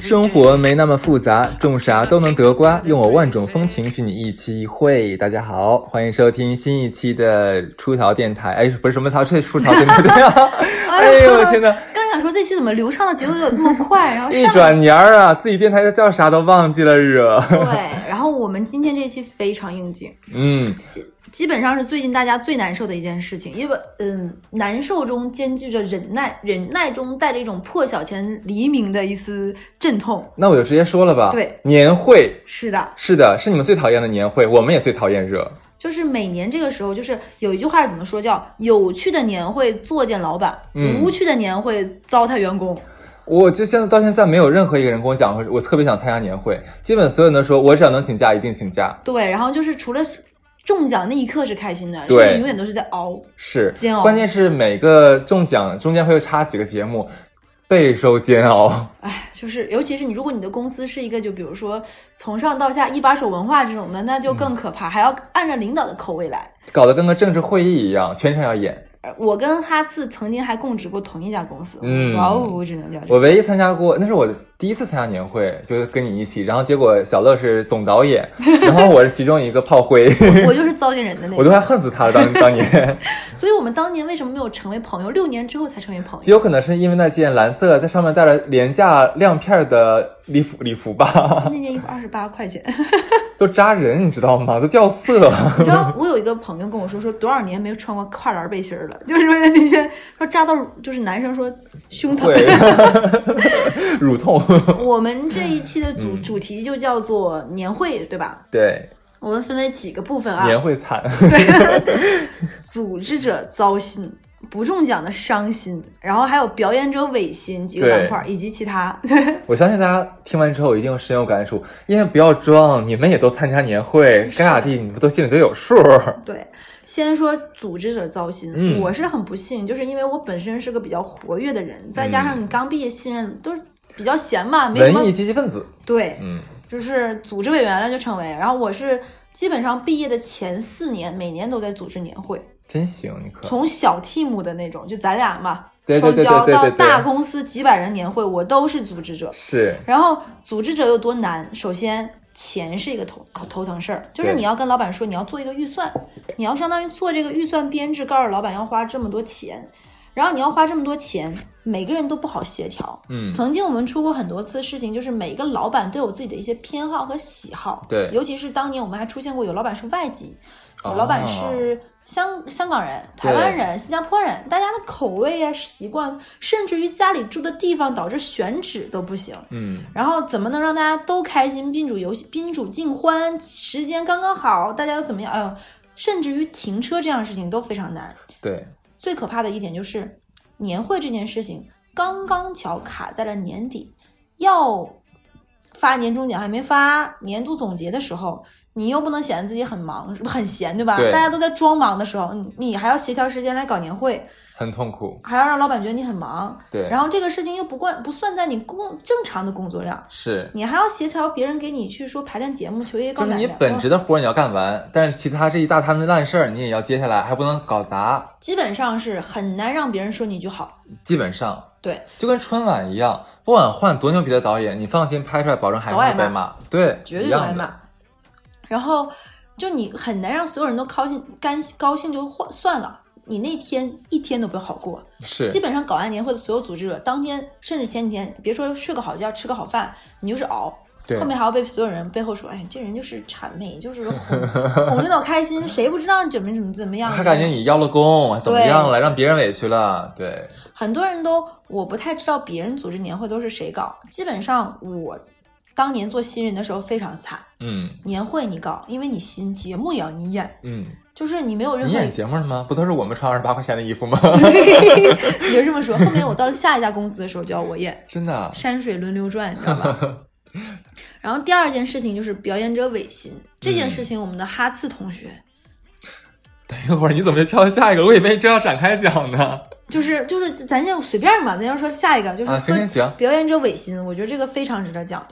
生活没那么复杂，种啥都能得瓜。用我万种风情，与你一期一会。大家好，欢迎收听新一期的出逃电台。哎，不是什么逃，出出逃电台。对啊、哎 呦，我天哪！刚想说这期怎么流畅的节奏有这么快，然后一转年儿啊，自己电台叫啥都忘记了惹。对，然后我们今天这期非常应景，嗯，基基本上是最近大家最难受的一件事情，因为嗯，难受中兼具着忍耐，忍耐中带着一种破晓前黎明的一丝阵痛。那我就直接说了吧。对，年会是的，是的，是你们最讨厌的年会，我们也最讨厌惹。就是每年这个时候，就是有一句话是怎么说，叫“有趣的年会作践老板，嗯无趣的年会糟蹋员工我就现在到现在没有任何一个人跟我讲，我我特别想参加年会。基本所有人都说，我只要能请假一定请假。”。对，然后就是除了中奖那一刻是开心的，对剩下永远都是在熬。是煎熬关键是每个中奖中间会插几个节目，备受煎熬。 哎，就是尤其是你，如果你的公司是一个就比如说从上到下一把手文化这种的，那就嗯更可怕，还要按照领导的口味来。搞得跟个政治会议一样，全程要演。呃我跟哈次曾经还供职过同一家公司，嗯哇哦，我只能叫这我个。唯一参加过，那是我第一次参加年会，就是跟你一起，然后结果小乐是总导演， 然后我是其中一个炮灰， 我就是糟践人的那我都个，快恨死他了当当年。 所以我们当年为什么没有成为朋友？六年之后才成为朋极友。有可能是因为那件蓝色在上面带着廉价亮片儿的礼服礼服吧， 那件衣服二十八块钱，都扎人，你知道吗？都掉色。 你知道我有一个朋友跟我说，说多少年没有穿过跨栏背心儿了，就是为了那些说扎到，就是男生说胸疼。会 乳痛， 我们这一期的主、嗯主题就叫做年会，对吧？对，我们分为几个部分啊？年会惨。组织者糟心，不中奖的伤心，然后还有表演者违心几个板块，以及其他。对，我相信大家听完之后一定深有感触，因为不要装，你们也都参加年会，该咋地你们都心里都有数。对，先说组织者糟心，嗯我是很不幸，就是因为我本身是个比较活跃的人，再加上你刚毕业新人，都是比较闲嘛，没什嗯文艺么积极分子，对，嗯，就是组织委员了就成为。然后我是基本上毕业的前四年，每年都在组织年会，真行，你可从小 team 的那种，就咱俩嗯嘛，对对双对交对对到对对大公司几百人年会，我都是组织者。是然后组织者有多难？首先，钱是一个头头疼事儿，就是对你要跟老板说你要做一个预算，你要相当于做这个预算编制，告诉老板要花这么多钱，然后你要花这么多钱，每个人都不好协调。嗯曾经我们出过很多次事情，就是每个老板都有自己的一些偏好和喜好。对尤其是当年我们还出现过有老板是外籍，有哦老板是香、香港人、台湾人、新加坡人，大家的口味啊、习惯，甚至于家里住的地方，导致选址都不行。嗯，然后怎么能让大家都开心？宾主游戏，宾主尽欢，时间刚刚好，大家又怎么样？哎呦，甚至于停车这样的事情都非常难。对，最可怕的一点就是，年会这件事情刚刚巧卡在了年底，要发年终奖还没发，年度总结的时候，你又不能显得自己很忙，很闲，对吧？对大家都在装忙的时候，你你还要协调时间来搞年会，很痛苦，还要让老板觉得你很忙，对，然后这个事情又不惯不算在你工正常的工作量。是。你还要协调别人给你去说排练节目、求爷爷告就是奶奶，你本职的活儿你要干完，但是其他这一大摊子烂事儿你也要接下来，还不能搞砸。基本上是很难让别人说你一句好。基本上对，就跟春晚一样，不管换多牛逼的导演，你放心拍出来，保证还是都挨会被骂。对，绝对一有样挨的骂。然后就你很难让所有人都高兴、干高兴就换算了，你那天一天都不好过。是基本上搞完年会的所有组织者，当天甚至前几天，别说睡个好觉、吃个好饭，你就是熬。对后面还要被所有人背后说，哎，这人就是谄媚，就是哄哄领导开心，谁不知道你怎么怎么怎么 样？他感觉你邀了功，还怎么嗯对样了，让别人委屈了，对，很多人都我不太知道别人组织年会都是谁搞，基本上我当年做新人的时候非常惨，嗯年会你搞，因为你新节目也要你演，嗯，就是你没有任你何演节目了吗？不都是我们穿二十八块钱的衣服 吗？你 就这么说。后面我到了下一家公司的时候就要我演，真的，啊山水轮流转，你知道吧？然后第二件事情就是表演者违心，这件事情我们的哈次同学。等一会儿你怎么就跳到下一个？我以为这要展开讲呢。就是就是，咱就随便吧，咱就说下一个，就是啊，行说行行，表演者违心，我觉得这个非常值得讲。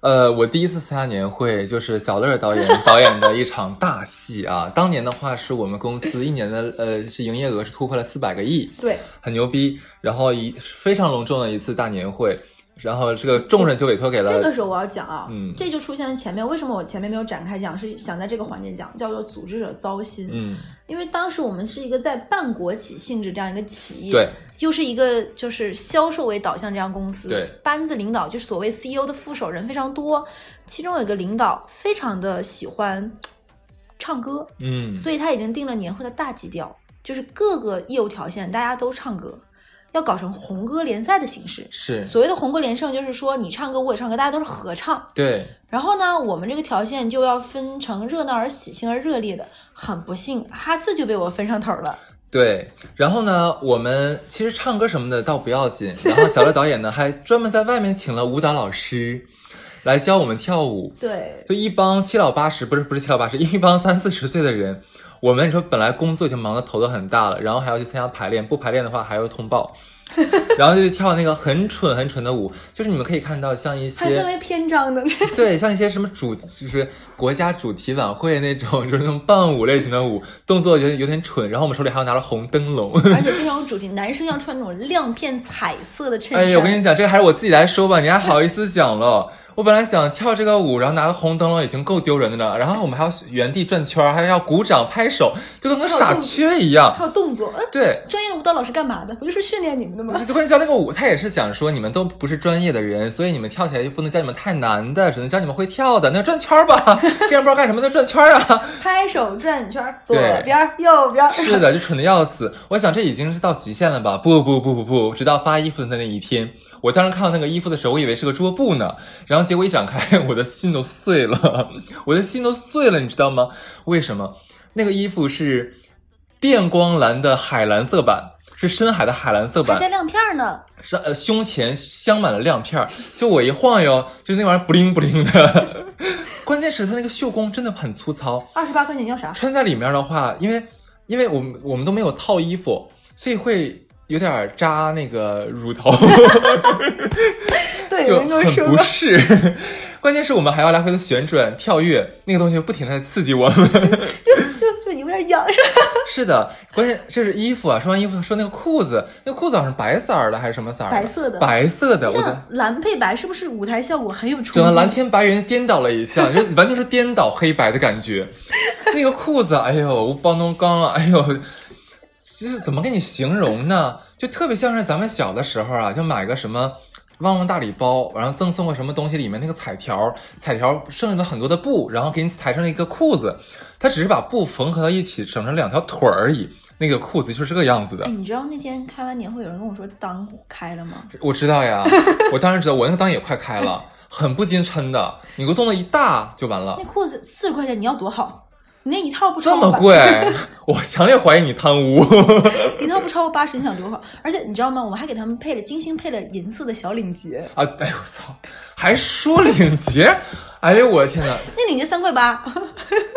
呃，我第一次参加年会就是小乐导演 导演的一场大戏啊。当年的话是我们公司一年的呃是营业额是突破了四百个亿，对，很牛逼。然后一非常隆重的一次大年会，然后这个重任就委托给了这个时候我要讲啊，呃嗯这就出现在前面。为什么我前面没有展开讲？是想在这个环节讲，叫做组织者糟心。嗯因为当时我们是一个在办国企性质这样一个企业，对，又是一个就是销售为导向这样公司，对班子领导就是所谓 CEO 的副手人非常多，其中有一个领导非常的喜欢唱歌，嗯，所以他已经定了年会的大基调，就是各个业务条线大家都唱歌，要搞成红歌联赛的形式。是所谓的红歌联胜，就是说你唱歌我也唱歌，大家都是合唱。对，然后呢，我们这个条线就要分成热闹而喜庆而热烈的。很不幸，哈次就被我分上头了。对，然后呢，我们其实唱歌什么的倒不要紧， 然后小乐导演呢还专门在外面请了舞蹈老师来教我们跳舞，对，就一帮七老八十，不是不是七老八十，一帮三四十岁的人，我们你说本来工作已经忙得头都很大了，然后还要去参加排练，不排练的话还要通报， 然后就去跳那个很蠢很蠢的舞，就是你们可以看到像一还分些。为篇章的。对，像一些什么主，就是国家主题晚会那种，就是那种伴舞类型的舞，动作有点有点蠢，然后我们手里还要拿着红灯笼， 而且非常有主题，男生要穿那种亮片彩色的衬衫。哎呀，我跟你讲，这个还是我自己来说吧，你还好意思讲了？我本来想跳这个舞，然后拿个红灯笼已经够丢人的了，然后我们还要原地转圈儿，还要鼓掌拍手，就跟个傻缺一样。还有动作，嗯，对，专业的舞蹈老师干嘛的？不就是训练你们 的吗？关键教那个舞，他也是想说你们都不是专业的人，所以你们跳起来就不能教你们太难的，只能教你们会跳的。那转圈儿吧，既然不知道干什么，就转圈儿啊。拍手转圈儿，左对边儿右边儿。是的，就蠢的要死。我想这已经是到极限了吧？不不不不不，直到发衣服的那一天，我当时看到那个衣服的时候，我以为是个桌布呢，然后结果一展开，我的心都碎了， 我的心都碎了，你知道吗？为什么？那个衣服是电光蓝的海蓝色版，是深海的海蓝色还在版，亮片儿呢，是呃胸前镶满了亮片儿，就我一晃悠，就那玩意儿不灵不灵的。 关键是它那个袖工真的很粗糙，二十八块钱要啥？穿在里面的话，因为因为我们我们都没有套衣服，所以会有点扎那个乳 头，对，有就人跟我很说不过，适。 关键是我们还要来回的旋转、跳跃，那个东西不停的在刺激我 们。 就就有点 痒是吧？是的，关键这是衣服啊，说完衣服说那个裤子，那个裤子好像是白色儿的还是什么色儿？白色的白色的，我的像蓝配白，是不是舞台效果很有冲击？整个蓝天白云颠倒了一下，就完全是颠倒黑白的感觉。那个裤子，哎呦，我帮侬刚啊，哎呦，其实怎么跟你形容呢？就特别像是咱们小的时候啊，就买个什么。旺旺大礼包，然后赠送个什么东西，里面那个彩条，彩条剩了很多的布，然后给你裁成了一个裤子，它只是把布缝合到一起，省成两条腿儿而已。那个裤子就是这个样子的哎，。你知道那天开完年会，有人跟我说裆开了吗？我知道呀，我当然知道，我那个裆也快开了，很不经撑的。你给我动作一大就完了那。裤子四十块钱，你要多好？你那一套不这超么过吧贵， 我强烈怀疑你贪污。一套不超过八十，你想多好？而且你知道吗？我们还给他们配了精心配了银色的小领结， 啊！哎呦我操，还说领结？哎呦我的天哪！那领结三块八，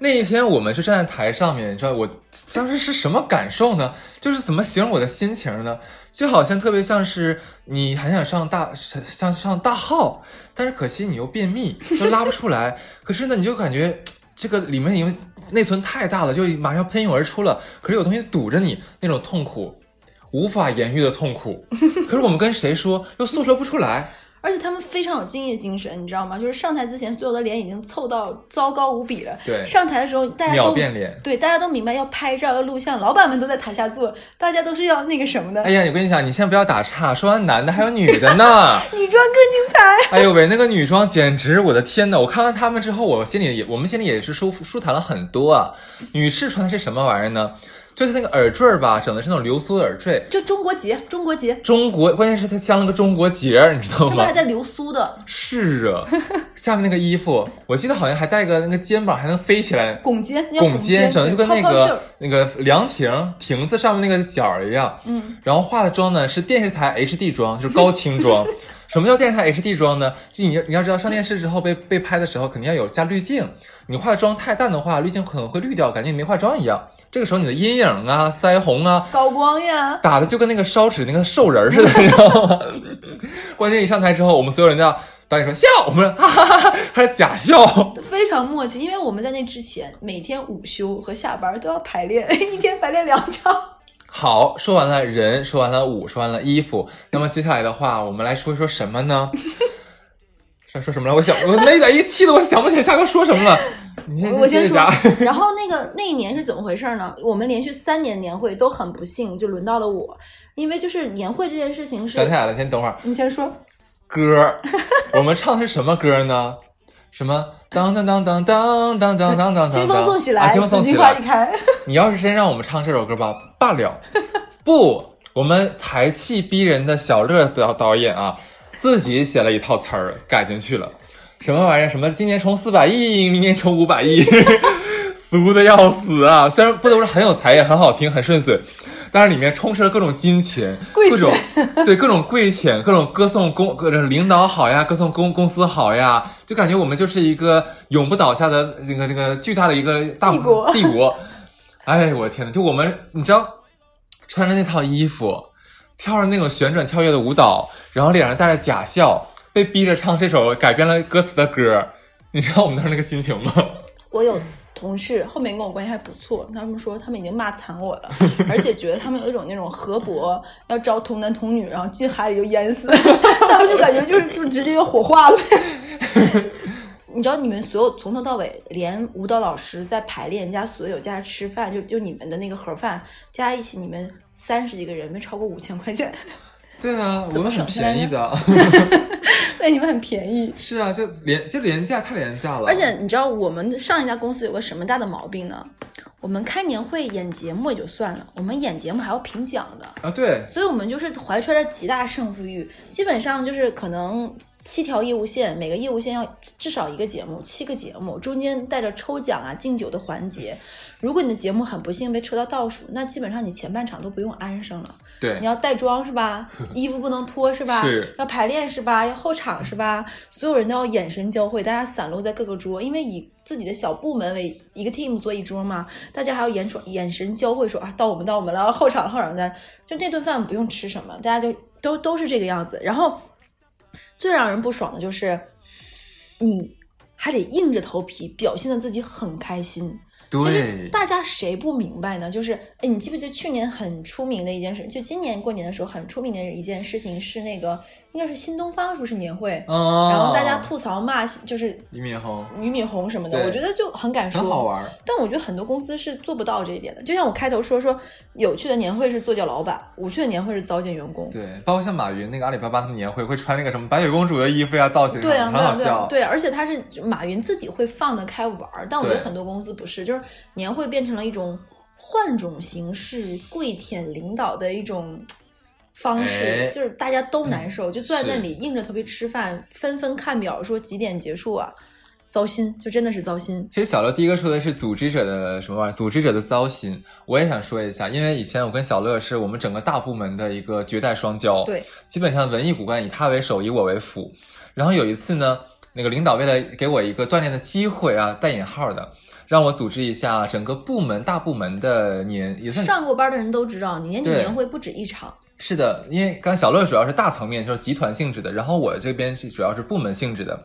那一天我们是站在台上面，你知道我当时是什么感受呢？就是怎么形容我的心情呢？就好像特别像是你很想上大想上大号，但是可惜你又便秘，就拉不出来。可是呢，你就感觉这个里面已经内存太大了，就马上要喷涌而出了。可是有东西堵着你，那种痛苦。无法言喻的痛苦，可是我们跟谁说又诉说不出来。而且他们非常有敬业精神，你知道吗？就是上台之前，所有的脸已经凑到糟糕无比了。对上台的时候大家秒都变脸对，大家都明白要拍照要录像，老板们都在台下坐，大家都是要那个什么的。哎呀，我跟你讲，你先不要打岔，说完男的还有女的呢。女装更 精彩，哎呦喂，那个女装简直，我的天呐，我看完她们之后，我心里也，我们心里也是舒服舒坦了很多啊。女士穿的是什么玩意儿呢？就是那个耳坠儿吧，整的是那种流苏的耳坠。就中国结，中国结，中国，关键是它镶了个中国结儿，你知道上面吗还？带流苏的 是啊，下面那个衣服，我记得好像还带个那个肩膀还能飞起来，拱肩，你要拱肩，肩，整的就对跟那泡泡袖个儿那个凉亭亭子上面那个角儿一样。嗯，然后化的妆呢是电视台 HD 妆，就是高清 妆。什么叫电视台 HD 妆呢？就你要你要知道，上电视之后被被拍的时候，肯定要有加滤镜。你化的妆太淡的话，滤镜可能会滤掉，感觉你没化妆一样。这个时候你的阴影啊、腮红啊，高光呀， 打的就跟那个烧纸那个兽人似的，你知道吗？关键一上台之后，我们所有人都要导演说笑，我们说 哈哈哈哈，他是假笑。非常默契，因为我们在那之前每天午休和下班都要排练， 一天排练两场。好，说完了人，说完了舞，说完了衣服，那么接下来的话，我们来说一说什么呢？ 说说什么来？我想，我那点一气的，我想不起来下个说什么 了。你先，我先接着说讲， 然后那个那一年是怎么回事呢？我们连续三年年会都很不幸，就轮到了我，因为就是年会这件事情想起是，来了，先等会儿。你先说，歌儿，我们唱的是什么歌儿呢？什么当当当当当当当当当当，清风送喜啊来，清风紫送喜荆花来一。开。 你要是真让我们唱这首歌吧，罢了。不，我们才气逼人的小乐导导演啊，自己写了一套词儿改进去了，什么玩意儿？什么今年充四百亿，明年充五百亿， 俗的要死啊！虽然不能说很有才，也很好听，很顺遂。但是里面充斥了各种金钱，跪各种对各种跪舔，各种歌颂公各种领导好呀，歌颂公公司好呀，就感觉我们就是一个永不倒下的那个这个巨大的一个大帝国帝国 哎，我天呐，就我们，你知道，穿着那套衣服，跳着那种旋转跳跃的舞蹈，然后脸上带着假笑，被逼着唱这首改编了歌词的歌，你知道我们当时那个心情吗？ 我有同事后面跟我关系还不错，他们说他们已经骂惨我了， 而且觉得他们有一种那种河伯要招童男童女，然后进海里就淹死， 他们就感觉就是就直接就火化了呗。 你知道你们所有从头到尾，连舞蹈老师在排练加所有加吃饭，就就你们的那个盒饭加一起，你们三十几个人没超过五千块钱， 对啊，我怎么们很省下来便宜的， 那你们很便宜。是啊，就廉就廉价太廉价了，而且你知道我们上一家公司有个什么大的毛病呢？我们开年会演节目也就算了，我们演节目还要评奖的，啊，对，所以我们就是怀揣着极大胜负欲，基本上就是可能七条业务线，每个业务线要至少一个节目，七个节目，中间带着抽奖啊、敬酒的环节。如果你的节目很不幸被抽到倒数，那基本上你前半场都不用安生了。对你，要带妆是吧？衣服不能脱是吧？是要排练是吧？要后场是吧？所有人都要眼神交汇，大家散落在各个桌，因为以自己的小部门为一个 team 坐一桌嘛，大家还要眼手眼神交汇说啊，到我们到我们了，后场后场再就那顿饭不用吃什么，大家就都都是这个样子。然后最让人不爽的就是你还得硬着头皮表现的自己很开心，其实对，大家谁不明白呢？就是，哎，你记不记得去年很出名的一件事？就今年过年的时候很出名的一件事情是那个，应该是新东方是不是年会？嗯，然后大家吐槽骂就是俞敏洪俞敏洪什么的，对我觉得就很敢说，很好玩儿，但我觉得很多公司是做不到这一点的。就像我开头说说，有趣的年会是做教老板，无趣的年会是糟践员工。对，包括像马云那个阿里巴巴他们年会会穿那个什么白雪公主的衣服呀、造型对啊，很好对啊笑，，对啊，而且他是马云自己会放得开玩儿，但我觉得对很多公司不是，就是年会变成了一种换种形式跪舔领导的一种方式，哎就是大家都难受，就坐在那是里硬着头皮吃饭，纷纷看表说几点结束啊，糟心，就真的是糟心。其实小乐第一个说的是组织者的什么玩意儿？组织者的糟心，我也想说一下，因为以前我跟小乐是我们整个大部门的一个绝代双骄，，对，基本上文艺骨干以他为首，以我为辅。然后有一次呢，那个领导为了给我一个锻炼的机会啊，带引号的，让我组织一下整个部门大部门的年也算上过班的人都知道，你年底对年会不止一场，是的，因为刚才小乐主要是大层面，就是集团性质的，然后我这边是主要是部门性质的。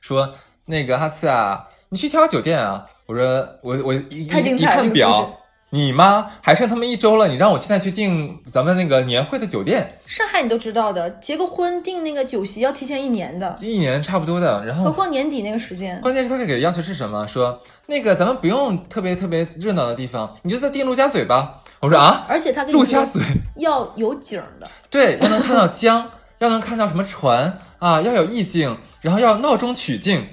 说那个哈次啊，你去挑酒店啊？我说我我一太精一彩了看这个故事表，你妈还剩他们一周了，你让我现在去订咱们那个年会的酒店，上海你都知道的，结个婚订那个酒席要提前一年的，一年差不多的。然何后况年底那个时间。关键是他给的要求是什么？说那个咱们不用特别特别热闹的地方，你就在订陆家嘴吧。我说啊，而且他跟陆你说家嘴。要有景儿的，对，要能看到江， 要能看到什么船啊，要有意境，然后要闹中取静。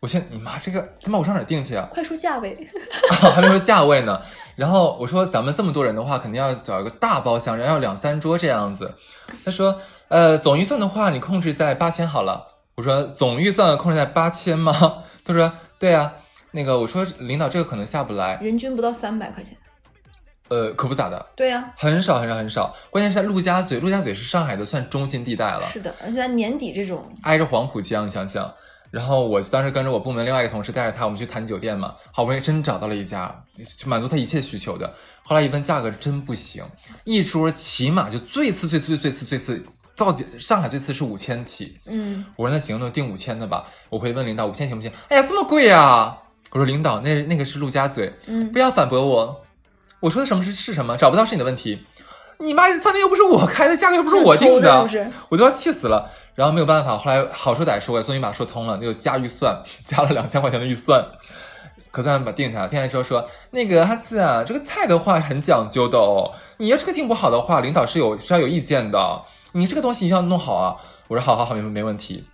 我现你妈这个他妈我上哪儿定去啊？ 快说价位。 啊还没说价位呢。然后我说咱们这么多人的话，肯定要找一个大包厢，然后要两三桌这样子。他说，呃，总预算的话，你控制在八千好了。我说总预算控制在八千吗？ 他说对啊。那个我说领导这个可能下不来，人均不到三百块钱。呃，可不咋的，对啊呀、很少很少很少。关键是在陆家嘴，陆家嘴是上海的算中心地带了。是的，而且在年底这种，挨着黄浦江，你想想。然后我当时跟着我部门另外一个同事带着他，我们去谈酒店嘛，好不容易真找到了一家，就满足他一切需求的。后来一问价格真不行，一桌起码就最次最次最次最次到底上海这次是五千起，嗯，我说那行，那我定五千的吧。我回问领导五千行不行？哎呀，这么贵呀、我说领导，那那个是陆家嘴，嗯不要反驳我。我说的什么是是什么？找不到是你的问题。你妈饭店又不是我开的，价格又不是我定抽的，是不是？ 我都要气死了。然后没有办法，后来好说歹说，我终于把它说通了，就加预算，加了两千块钱的预算，可算把定下来。定下来之后说，那个哈次啊，这个菜的话很讲究的哦，你要是个定不好的话，领导是有是要有意见的。你这个东西一定要弄好啊！我说好好好，没没问题。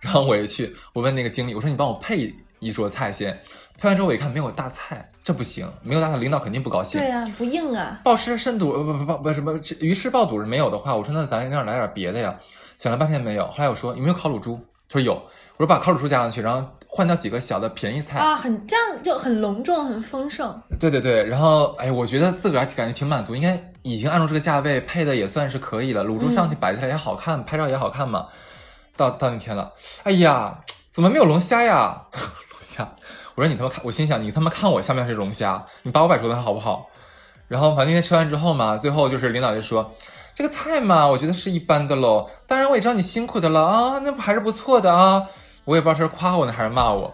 然后我一去，我问那个经理，我说你帮我配一桌菜先。配完之后我一看没有大菜，这不行，没有大菜，领导肯定不高兴对。呀、不硬啊，暴尸甚毒，呃不不不不什么鱼翅爆肚是没有的话，我说那咱要来点别的呀。想了半天没有，后来我说有没有烤乳猪？他说有，我说把烤乳猪加上去，然后换掉几个小的便宜菜。啊，很这样就很隆重，很丰盛，对对对，然后哎，我觉得自个儿还感觉挺满足，应该已经按照这个价位配的也算是可以了。卤猪上去摆起来也好看，拍照也好看嘛。到到那天了，哎呀，怎么没有龙虾呀？ 龙虾，我说你他妈看，我心想你他妈看我像不像是龙虾？你把我摆出来好不好？然后反正那天吃完之后嘛，最后就是领导就说。这个菜嘛，我觉得是一般的喽。当然，我也知道你辛苦的了啊，那还是不错的啊。我也不知道是夸我呢还是骂我，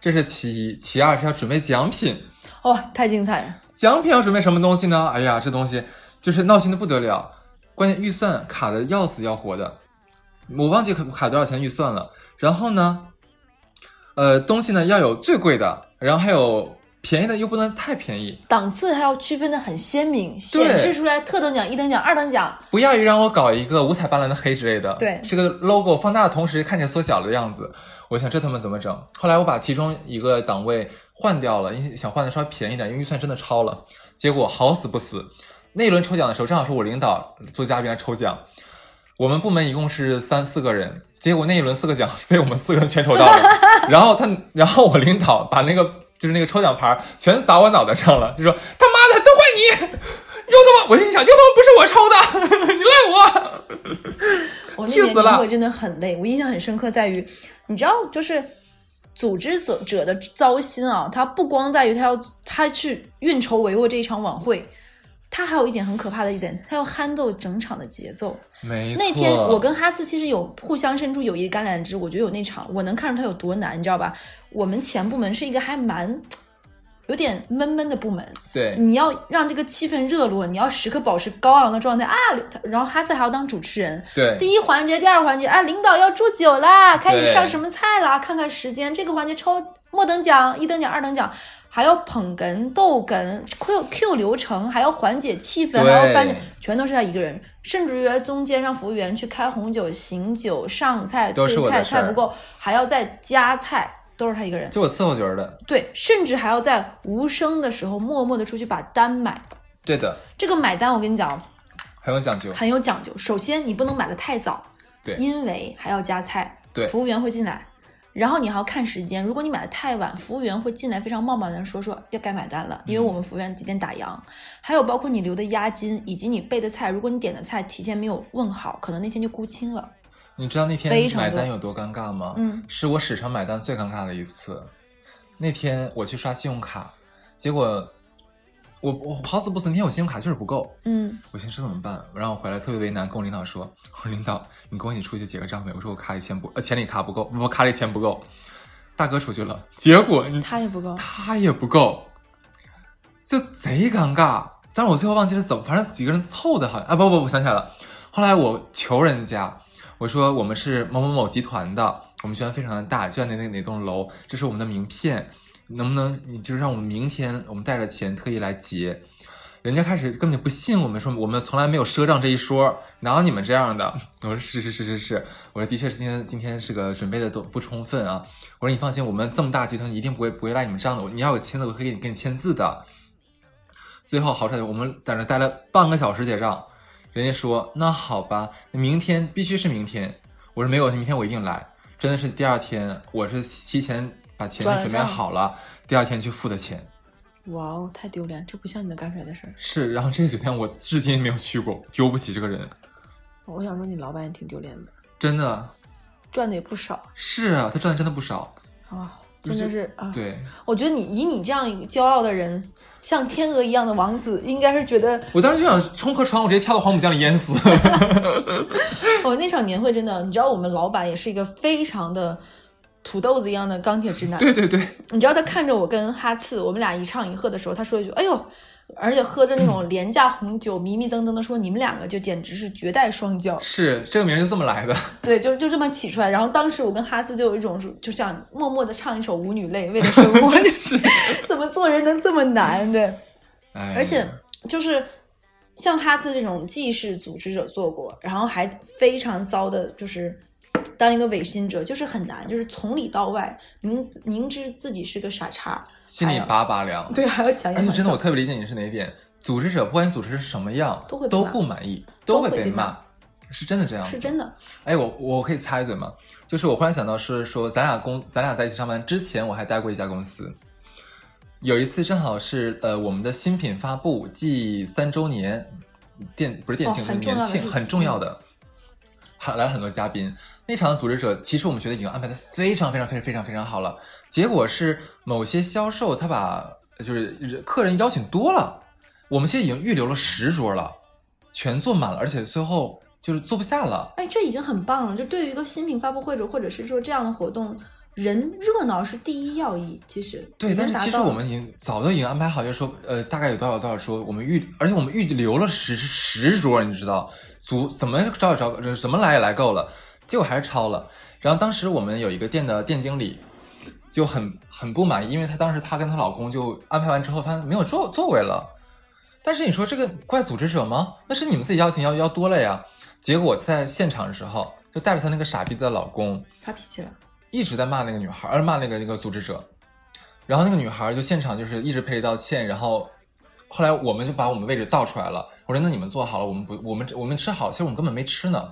这是其一。其二是要准备奖品，哇、太精彩了，奖品要准备什么东西呢？哎呀，这东西就是闹心的不得了，关键预算卡的要死要活的，我忘记卡卡多少钱预算了。然后呢，呃，东西呢要有最贵的，然后还有便宜的又不能太便宜，档次还要区分的很鲜明，显示出来特等奖、一等奖、二等奖，不亚于让我搞一个五彩斑斓的黑之类的。对这个 logo 放大的同时看起来缩小了的样子，我想这他妈怎么整？后来我把其中一个档位换掉了，因为想换的稍微便宜点，因为预算真的超了。结果好死不死，那一轮抽奖的时候，正好是我领导做嘉宾来抽奖，我们部门一共是三四个人，结果那一轮四个奖 被我们四个人全抽到了。然后他，然后我领导把那个就是那个抽奖牌全砸我脑袋上了，就说他妈的都怪你，又他妈我心想又他妈不是我抽的，你 赖我。我气那死年年了会真的很累，我印象很深刻在于，你知道，就是组织者者的糟心啊，他不光在于他要他去运筹帷幄这一场晚会，他还有一点很可怕的一点，他要憨豆整场的节奏。没错，那天我跟哈斯其实有互相伸出友谊橄榄枝，我觉得有那场我能看出他有多难，你知道吧？我们前部门是一个还蛮有点闷闷的部门，对你要让这个气氛热络，你要时刻保持高昂的状态啊。然后哈斯还要当主持人，对第一环节、第二环节，哎，领导要祝酒啦，开始对上什么菜了？看看时间，这个环节抽末等奖、一等奖、二等奖，还要捧哏、逗哏、Q Q 流程，还要缓解气氛，对还要颁奖，全都是他一个人，甚至于中间让服务员去开红酒、醒酒、上菜、都是催我的菜，事儿菜不够还要再加菜，都是他一个人。就我伺候角儿的，对，甚至还要在无声的时候默默的出去把单买。对的，这个买单，我跟你讲，很有讲究，很有讲究。首先，你不能买的太早，对因为还要加菜，对服务员会进来。然后你还要看时间，如果你买的太晚，服务员会进来非常冒冒然说说要该买单了，因为我们服务员几点打烊。还有包括你留的押金以及你备的菜，如果你点的菜提前没有问好，可能那天就沽清了。你知道那天非常买多单有多尴尬吗？嗯，是我史上买单最尴尬的一次。那天我去刷信用卡，结果我我好死不死，那天我信用卡就是不够，嗯，我寻思这怎么办？然后我回来特别为难，跟我领导说：“ 我说领导，你跟我一起出去结个账呗。”我说我卡里钱不，呃，钱里卡不够，不，卡里钱不够。大哥出去了，结果你他也不够。他也不够，就贼尴尬。但是我最后忘记是怎么，反正几个人凑的，好像啊，不不，我想起来了。后来我求人家，我说我们是某某某集团的，我们学院非常的大，就在哪哪哪栋楼，这是我们的名片，能不能你就是让我们明天我们带着钱特意来结？人家开始根本就不信我们，说我们从来没有赊账这一说，哪有你们这样的？我说是是是是是，我说的确是今天今天这个准备的都不充分啊。我说你放心，我们这么大集团一定不会不会赖你们账的，我你要有签字，我可以给你给你签字的。最后好歹我们在那待了半个小时结账，人家说那好吧，明天必须是明天。我说没有，明天我一定来。真的是第二天，我是提前把钱转了准备账好了，第二天去付的钱。哇哦，太丢脸，这不像你能干出来的事儿。是，然后这个酒店我至今没有去过，丢不起这个人，我想说，你老板也挺丢脸的，真的赚的也不少是啊，他赚的真的不少。啊。真的是啊，对，我觉得你以你这样一个骄傲的人，像天鹅一样的王子，应该是觉得我当时就想冲破窗户，直接跳到黄浦江里淹死。 我、哦那场年会真的，你知道我们老板也是一个非常的土豆子一样的钢铁直男。对对对，你知道他看着我跟哈次，我们俩一唱一和的时候，他说一句：“哎呦！”而且喝着那种廉价红酒，迷迷瞪瞪的说：“你们两个就简直是绝代双骄。”是这个名儿是这么来的。对，就就这么起出来。然后当时我跟哈斯就有一种就想默默的唱一首《舞女泪》，为了 生 活，是，怎么做人能这么难？对，哎而且就是像哈斯这种既是组织者做过，然后还非常骚的，就是当一个违心者，就是很难，就是从里到外明明知自己是个傻叉，心里还要拔拔凉。哎对，还要强而颜且欢真的，我笑。特别理解啊哎你是哪一点。组织者不管组织是什么样，都会被都骂不满意，都会会被被骂骂，是真的这样子。是真的，哎，我我可以插一嘴吗？就是我忽然想到是说，咱俩公咱俩在一起上班之前，我还待过一家公司。有一次正好是呃我们的新品发布暨三周年店不是店庆、哦是很重年要的嗯庆事情很重要的，还来了很多嘉宾。那场组织者其实我们觉得已经安排的非常非常非常非常非常好了，结果是某些销售他把就是客人邀请多了，我们现在已经预留了十桌了，全坐满了，而且最后就是坐不下了。哎，这已经很棒了。就对于一个新品发布会者，或者是说这样的活动，人热闹是第一要义。其实对，已经但是达其实到我了们已经早都已经安排好，就是说，呃，大概有多少多少桌，我们预，而且我们预留了十十桌，你知道，足怎么找也找，呃怎么来也来够了，结果还是超了。然后当时我们有一个店的店经理就很很不满意，因为她当时她跟她老公就安排完之后，发现没有座座位了。但是你说这个怪组织者吗？那是你们自己邀请要要多了呀。结果在现场的时候，就带着她那个傻逼的老公，发脾气了。一直在骂那个女孩，呃，骂那个那个组织者。然后那个女孩就现场就是一直赔礼道歉，然后后来我们就把我们位置倒出来了。我说那你们坐好了，我们不，我们我们吃好了，其实我们根本没吃呢。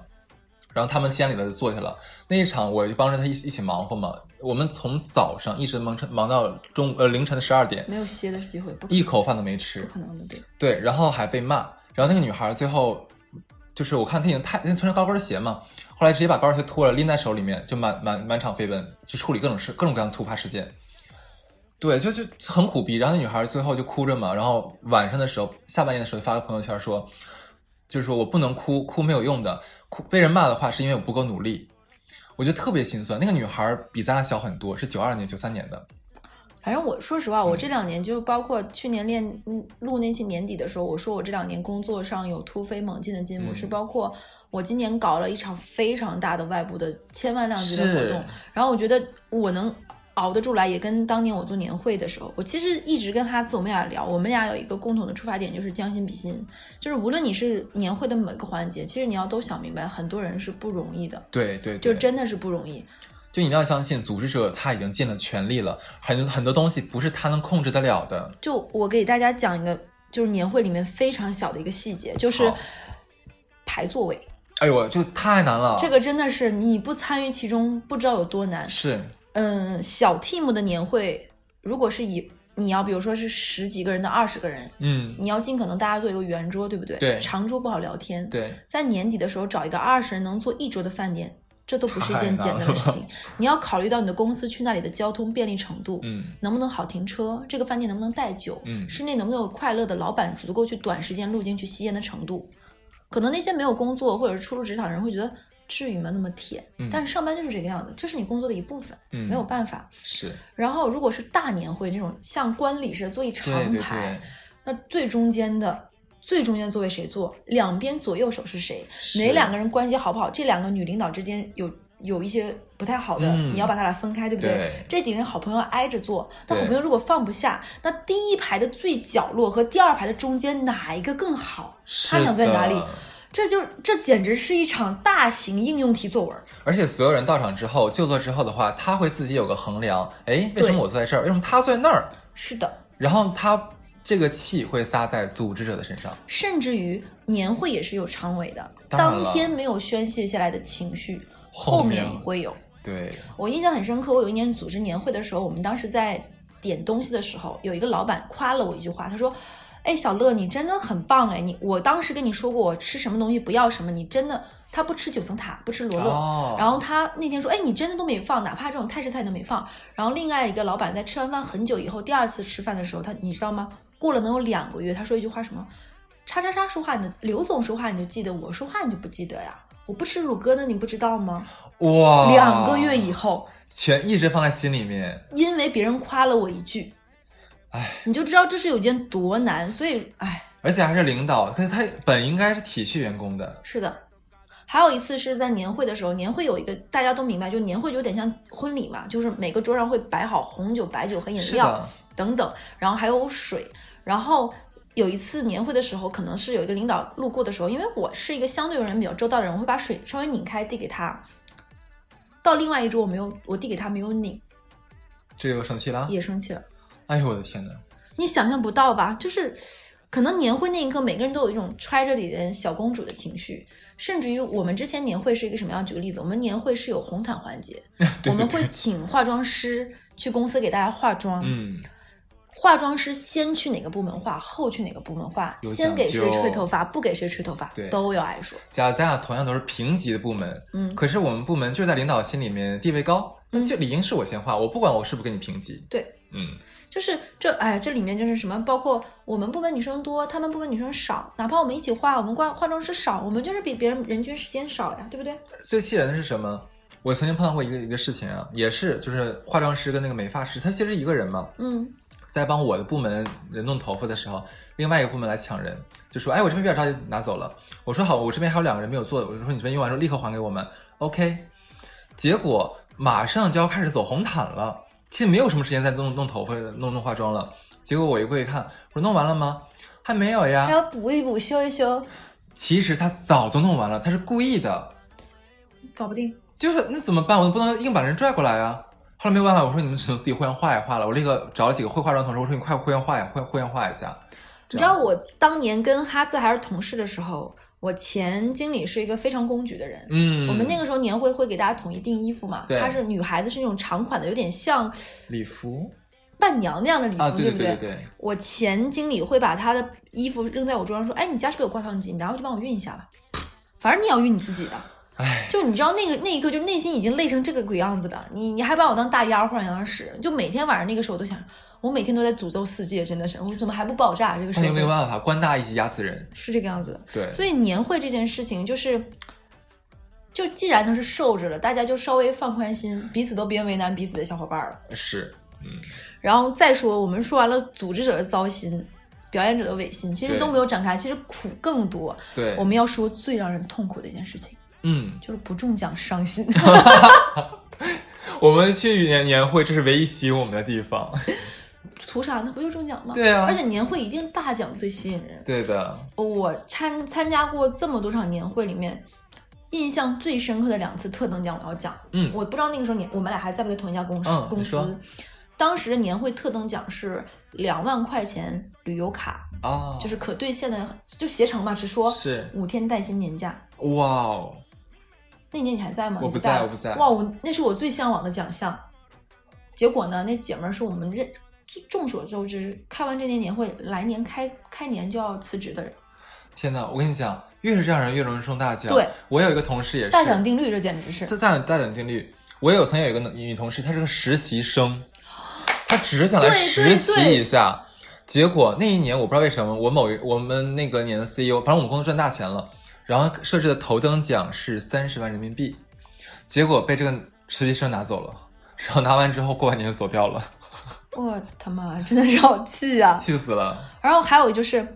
然后他们先里头就坐下了。那一场我就帮着他一起一起忙活嘛，我们从早上一直忙成忙到中午呃凌晨的十二点，没有歇的机会，不可一口饭都没吃不。可能的，对，对，然后还被骂，然后那个女孩最后就是我看她已经太那穿着高跟鞋嘛，后来直接把高跟鞋脱了拎在手里面，就满满满场飞奔，去处理各种事各种各样的突发事件。对，就就很苦逼。然后那女孩最后就哭着嘛，然后晚上的时候，下半夜的时候发个朋友圈说，就是说我不能哭，哭没有用的，哭被人骂的话是因为我不够努力。我觉得特别心酸。那个女孩比咱俩小很多，是九二年、九三年的。反正我说实话，嗯我这两年就包括去年练嗯录那期年底的时候，我说我这两年工作上有突飞猛进的进步，嗯是包括我今年搞了一场非常大的外部的千万量级的活是动，然后我觉得我能熬得住来，也跟当年我做年会的时候，我其实一直跟哈茨我们俩聊，我们俩有一个共同的出发点，就是将心比心，就是无论你是年会的每个环节，其实你要都想明白，很多人是不容易的，对对对，就真的是不容易。就你一定要相信，组织者他已经尽了全力了，很很多东西不是他能控制得了的。就我给大家讲一个，就是年会里面非常小的一个细节，就是好排座位，哎呦，这太难了。这个真的是你不参与其中不知道有多难。是嗯，小 team 的年会，如果是以你要比如说是十几个人到二十个人，嗯，你要尽可能大家做一个圆桌，对不对？对长桌不好聊天。对，在年底的时候找一个二十人能坐一桌的饭店，这都不是一件太简难单了的事情。你要考虑到你的公司去那里的交通便利程度， 嗯，能不能好停车，这个饭店能不能带酒，嗯室内能不能有快乐的老板足够去短时间路径去吸烟的程度。可能那些没有工作或者是初入职场的人会觉得至于吗？那么舔，嗯但是上班就是这个样子，这是你工作的一部分，嗯没有办法。是，然后如果是大年会那种像观礼似的坐一长对对排，对，那最中间的最中间座位谁坐？两边左右手是谁？是哪两个人关系好不好？这两个女领导之间有有一些不太好的，嗯你要把他俩分开，对不对这几个人好朋友挨着坐，那对好朋友如果放不下，那第一排的最角落和第二排的中间哪一个更好？他是想坐在哪的里？这就这简直是一场大型应用题作文。而且所有人到场之后，就座之后的话，他会自己有个衡量，哎，为对什么我坐在这儿？为什么他坐在那儿？是的，然后他这个气会撒在组织者的身上。甚至于年会也是有常委的，当然当了天没有宣泄下来的情绪，后后面面也会有。对，我印象很深刻，我有一年组织年会的时候，我们当时在点东西的时候，有一个老板夸了我一句话，他说：“哎，小乐，你真的很棒哎！你我当时跟你说过，我吃什么东西不要什么，你真的他不吃九层塔，不吃罗勒。哦，然后他那天说：“哎，你真的都没放，哪怕这种泰式菜你都没放。”然后另外一个老板在吃完饭很久以后，第二次吃饭的时候，他你知道吗？过了能有两个月，他说一句话什么？叉叉叉说话，你的刘总说话你就记得，我说话你就不记得呀？我不吃乳鸽呢，你不知道吗？哇，两个月以后，全一直放在心里面，因为别人夸了我一句，哎，你就知道这是有件多难。所以，哎，而且还是领导，可是他本应该是体恤员工的，是的。还有一次是在年会的时候，年会有一个大家都明白，就年会就有点像婚礼嘛，就是每个桌上会摆好红酒、白酒和饮是料。的，等等，然后还有水。然后有一次年会的时候，可能是有一个领导路过的时候，因为我是一个相对人比较周到的人，我会把水稍微拧开递给他。到另外一桌我没有，我递给他没有拧，这又生气了，也生气了。哎呦我的天哪，你想象不到吧？就是可能年会那一刻，每个人都有一种揣着点小公主的情绪，甚至于我们之前年会是一个什么样？举个例子，我们年会是有红毯环节， 对我们对对会请化妆师去公司给大家化妆。嗯，化妆师先去哪个部门化，后去哪个部门化，有先给谁讲究吹头发，不给谁吹头发对，都要挨说。假如咱俩同样都是平级的部门，嗯，可是我们部门就是在领导心里面地位高，那嗯就理应是我先画，我不管我是不是跟你平级，对，嗯，就是这，哎，这里面就是什么，包括我们部门女生多，他们部门女生少，哪怕我们一起化，我们化化妆师少，我们就是比别人人均时间少呀，对不对？最气人的是什么？我曾经碰到过一个一个事情啊，也是就是化妆师跟那个美发师，他其实一个人嘛，嗯，在帮我的部门人弄头发的时候，另外一个部门来抢人，就说：“哎，我这边表照就拿走了。”我说：“好，我这边还有两个人没有做，我说你这边用完之后立刻还给我们。”OK，结果马上就要开始走红毯了，其实没有什么时间再弄弄头发、弄弄化妆了。结果我一过去看，我说：“弄完了吗？”还没有还呀。要补一补，修一修，其实他早都弄完了，他是故意的，搞不定。就是那怎么办？我不能硬把人拽过来啊！后来没有办法，我说你们只能自己互相画一画了。我立刻找了几个会化妆同事，我说你快互相画一互互相画一下。这你知道样子我当年跟哈兹还是同事的时候，我前经理是一个非常公举的人，嗯，我们那个时候年会会给大家统一订衣服嘛，对她是女孩子是那种长款的，有点像礼服伴娘那样的礼服，啊，不对对对，我前经理会把他的衣服扔在我桌上，说：“哎，你家是不是有挂烫机？你拿回去帮我熨一下吧。反正你要熨你自己的。哎，就你知道那个那一刻，就内心已经累成这个鬼样子了，你你还把我当大丫鬟一样使。就每天晚上那个时候，我都想，我每天都在诅咒世界，真的是，我怎么还不爆炸？这个社那也哎没有会办法，官大一级压死人。是这个样子的。对，所以年会这件事情，就是，就既然都是受着了，大家就稍微放宽心，彼此都别为难彼此的小伙伴了。是，嗯，然后再说，我们说完了组织者的糟心，表演者的违心，其实对都没有展开，其实苦更多。对，我们要说最让人痛苦的一件事情，嗯，就是不中奖伤心。我们去年年会，这是唯一吸引我们的地方。图啥呢？不就中奖吗？对啊而且年会一定大奖最吸引人。 对的，我参参加过这么多场年会里面，印象最深刻的两次特等奖，我要讲。嗯我不知道那个时候你我们俩还在不在同一家公司、嗯公你说司。当时的年会特等奖是两万块钱旅游卡，啊，就是可兑现的，就携程嘛，直说是，五天带薪年假。哇，哇哦，那年你还在吗？我你不在在了，我不在哇，我那是我最向往的奖项。结果呢，那姐们儿是我们认就众所周知，开完这年年会，来年开开年就要辞职的人，天哪！我跟你讲，越是这样人越容易中大奖。对，我有一个同事也是，大奖定律，这简直是这大胆大胆定律，我也有曾经有一个女同事，她是个实习生，她只想来对对实习一下。结果那一年我不知道为什么，我某一我们那个年的 CEO，反正我们公司赚大钱了，然后设置的头等奖是三十万人民币，结果被这个实习生拿走了，然后拿完之后过完年就走掉了，我他妈真的是好气 啊！气死了。然后还有就是。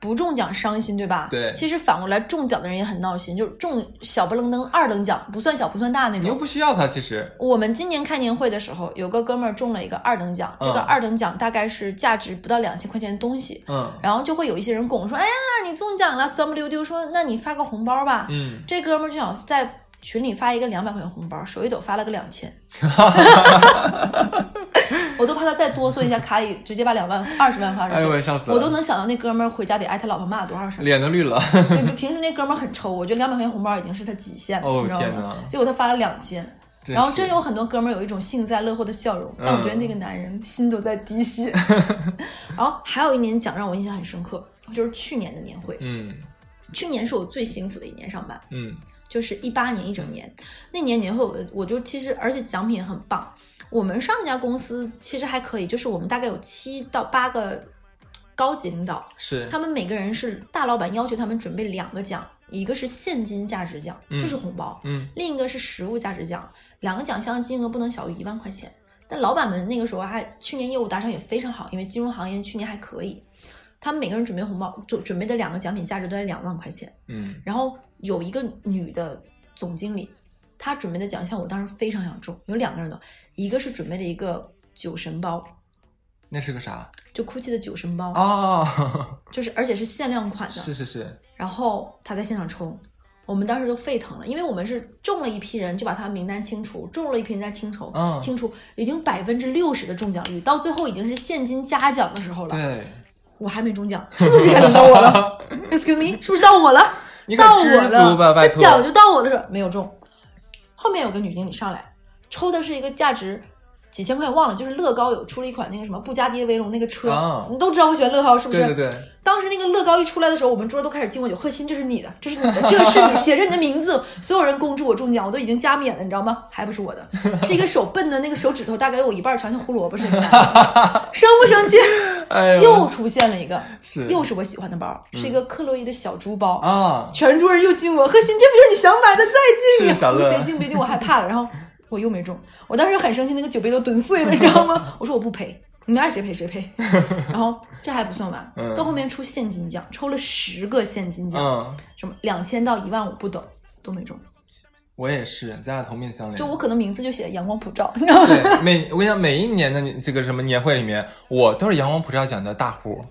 不中奖伤心，对吧？对其实反过来中奖的人也很闹心，就是中小不愣登二等奖，不算小不算大那你又种。不需要他，其实我们今年开年会的时候，有个哥们儿中了一个二等奖，这个嗯二等奖大概是价值不到两千块钱的东西。嗯然后就会有一些人拱说：“哎呀，你中奖了，酸不溜丢。”说：“那你发个红包吧。嗯，这哥们儿就想在群里发一个两百块钱红包，手一抖发了个 两千，我都怕他再哆嗦一下，卡里直接把两万、二十万发出哎去。呦我笑死了，我都能想到那哥们儿回家得挨他老婆骂多 少声。脸都绿了。对，平时那哥们儿很抽，我觉得两百块钱红包已经是他极限了，哦你知道天吗哪？结果他发了两千，真然后是嗯真有很多哥们儿有一种幸灾乐祸的笑容，但我觉得那个男人心都在滴血。 然后还有一年奖让我印象很深刻，就是去年的年会。嗯去年是我最辛苦的一年上班，嗯就是一八年一整年。那年年会我我就其实而且奖品也很棒。我们上一家公司其实还可以，就是我们大概有七到八个高级领导，是他们每个人是大老板要求他们准备两个奖，一个是现金价值奖，嗯就是红包，嗯另一个是实物价值奖，两个奖项金额不能小于一万块钱。但老板们那个时候还去年业务达成也非常好，因为金融行业去年还可以，他们每个人准备红包，就准备的两个奖品价值都在两万块钱。嗯然后有一个女的总经理，她准备的奖项我当时非常想中，有两个人的，一个是准备了一个酒神包，那是个啥？就 GUCCI 的酒神包，哦， 就是而且是限量款的，是是是，然后他在现场抽，我们当时就沸腾了，因为我们是中了一批人就把他名单清除，中了一批人再清除，嗯清除已经百分之六十的中奖率，到最后已经是现金嘉奖的时候了，对，我还没中奖，是不是该轮 到我了？Excuse me，是不是到我了？你可到我知足吧，了，拜这奖托。就到我的时候没有中。后面有个女经理上来，抽的是一个价值几千块，忘了，就是乐高有出了一款那个什么布加迪威龙那个车，啊你都知道我喜欢乐高是不是？对对对，当时那个乐高一出来的时候，我们桌都开始敬我酒，贺鑫，这是你的，这 是你的，这个是你，写着你的名字，所有人恭祝我中哦奖，我都已经加冕了，你知道吗？还不是我的，是一个手笨的那个手指头大概有我一半长，像胡萝卜似 的，生不生气？哎呦，又出现了一个，是又是我喜欢的包，是一个克洛伊的小猪包，啊，全桌人又敬我，贺鑫，这不就是你想买的？再敬你，是小乐我说别敬别敬，我害怕了。然后我又没中，我当时很生气，那个酒杯都蹲碎了，你知道 吗？我说我不赔，你们爱谁赔谁赔。然后这还不算完，嗯到后面出现金奖，抽了十个现金奖，嗯，什么两千到一万五不等。都没中，我也是，咱俩同病相怜。就我可能名字就写阳光普照，你知道吗？ 对每我跟你讲，每一年的这个什么年会里面，我都是阳光普照奖的大户，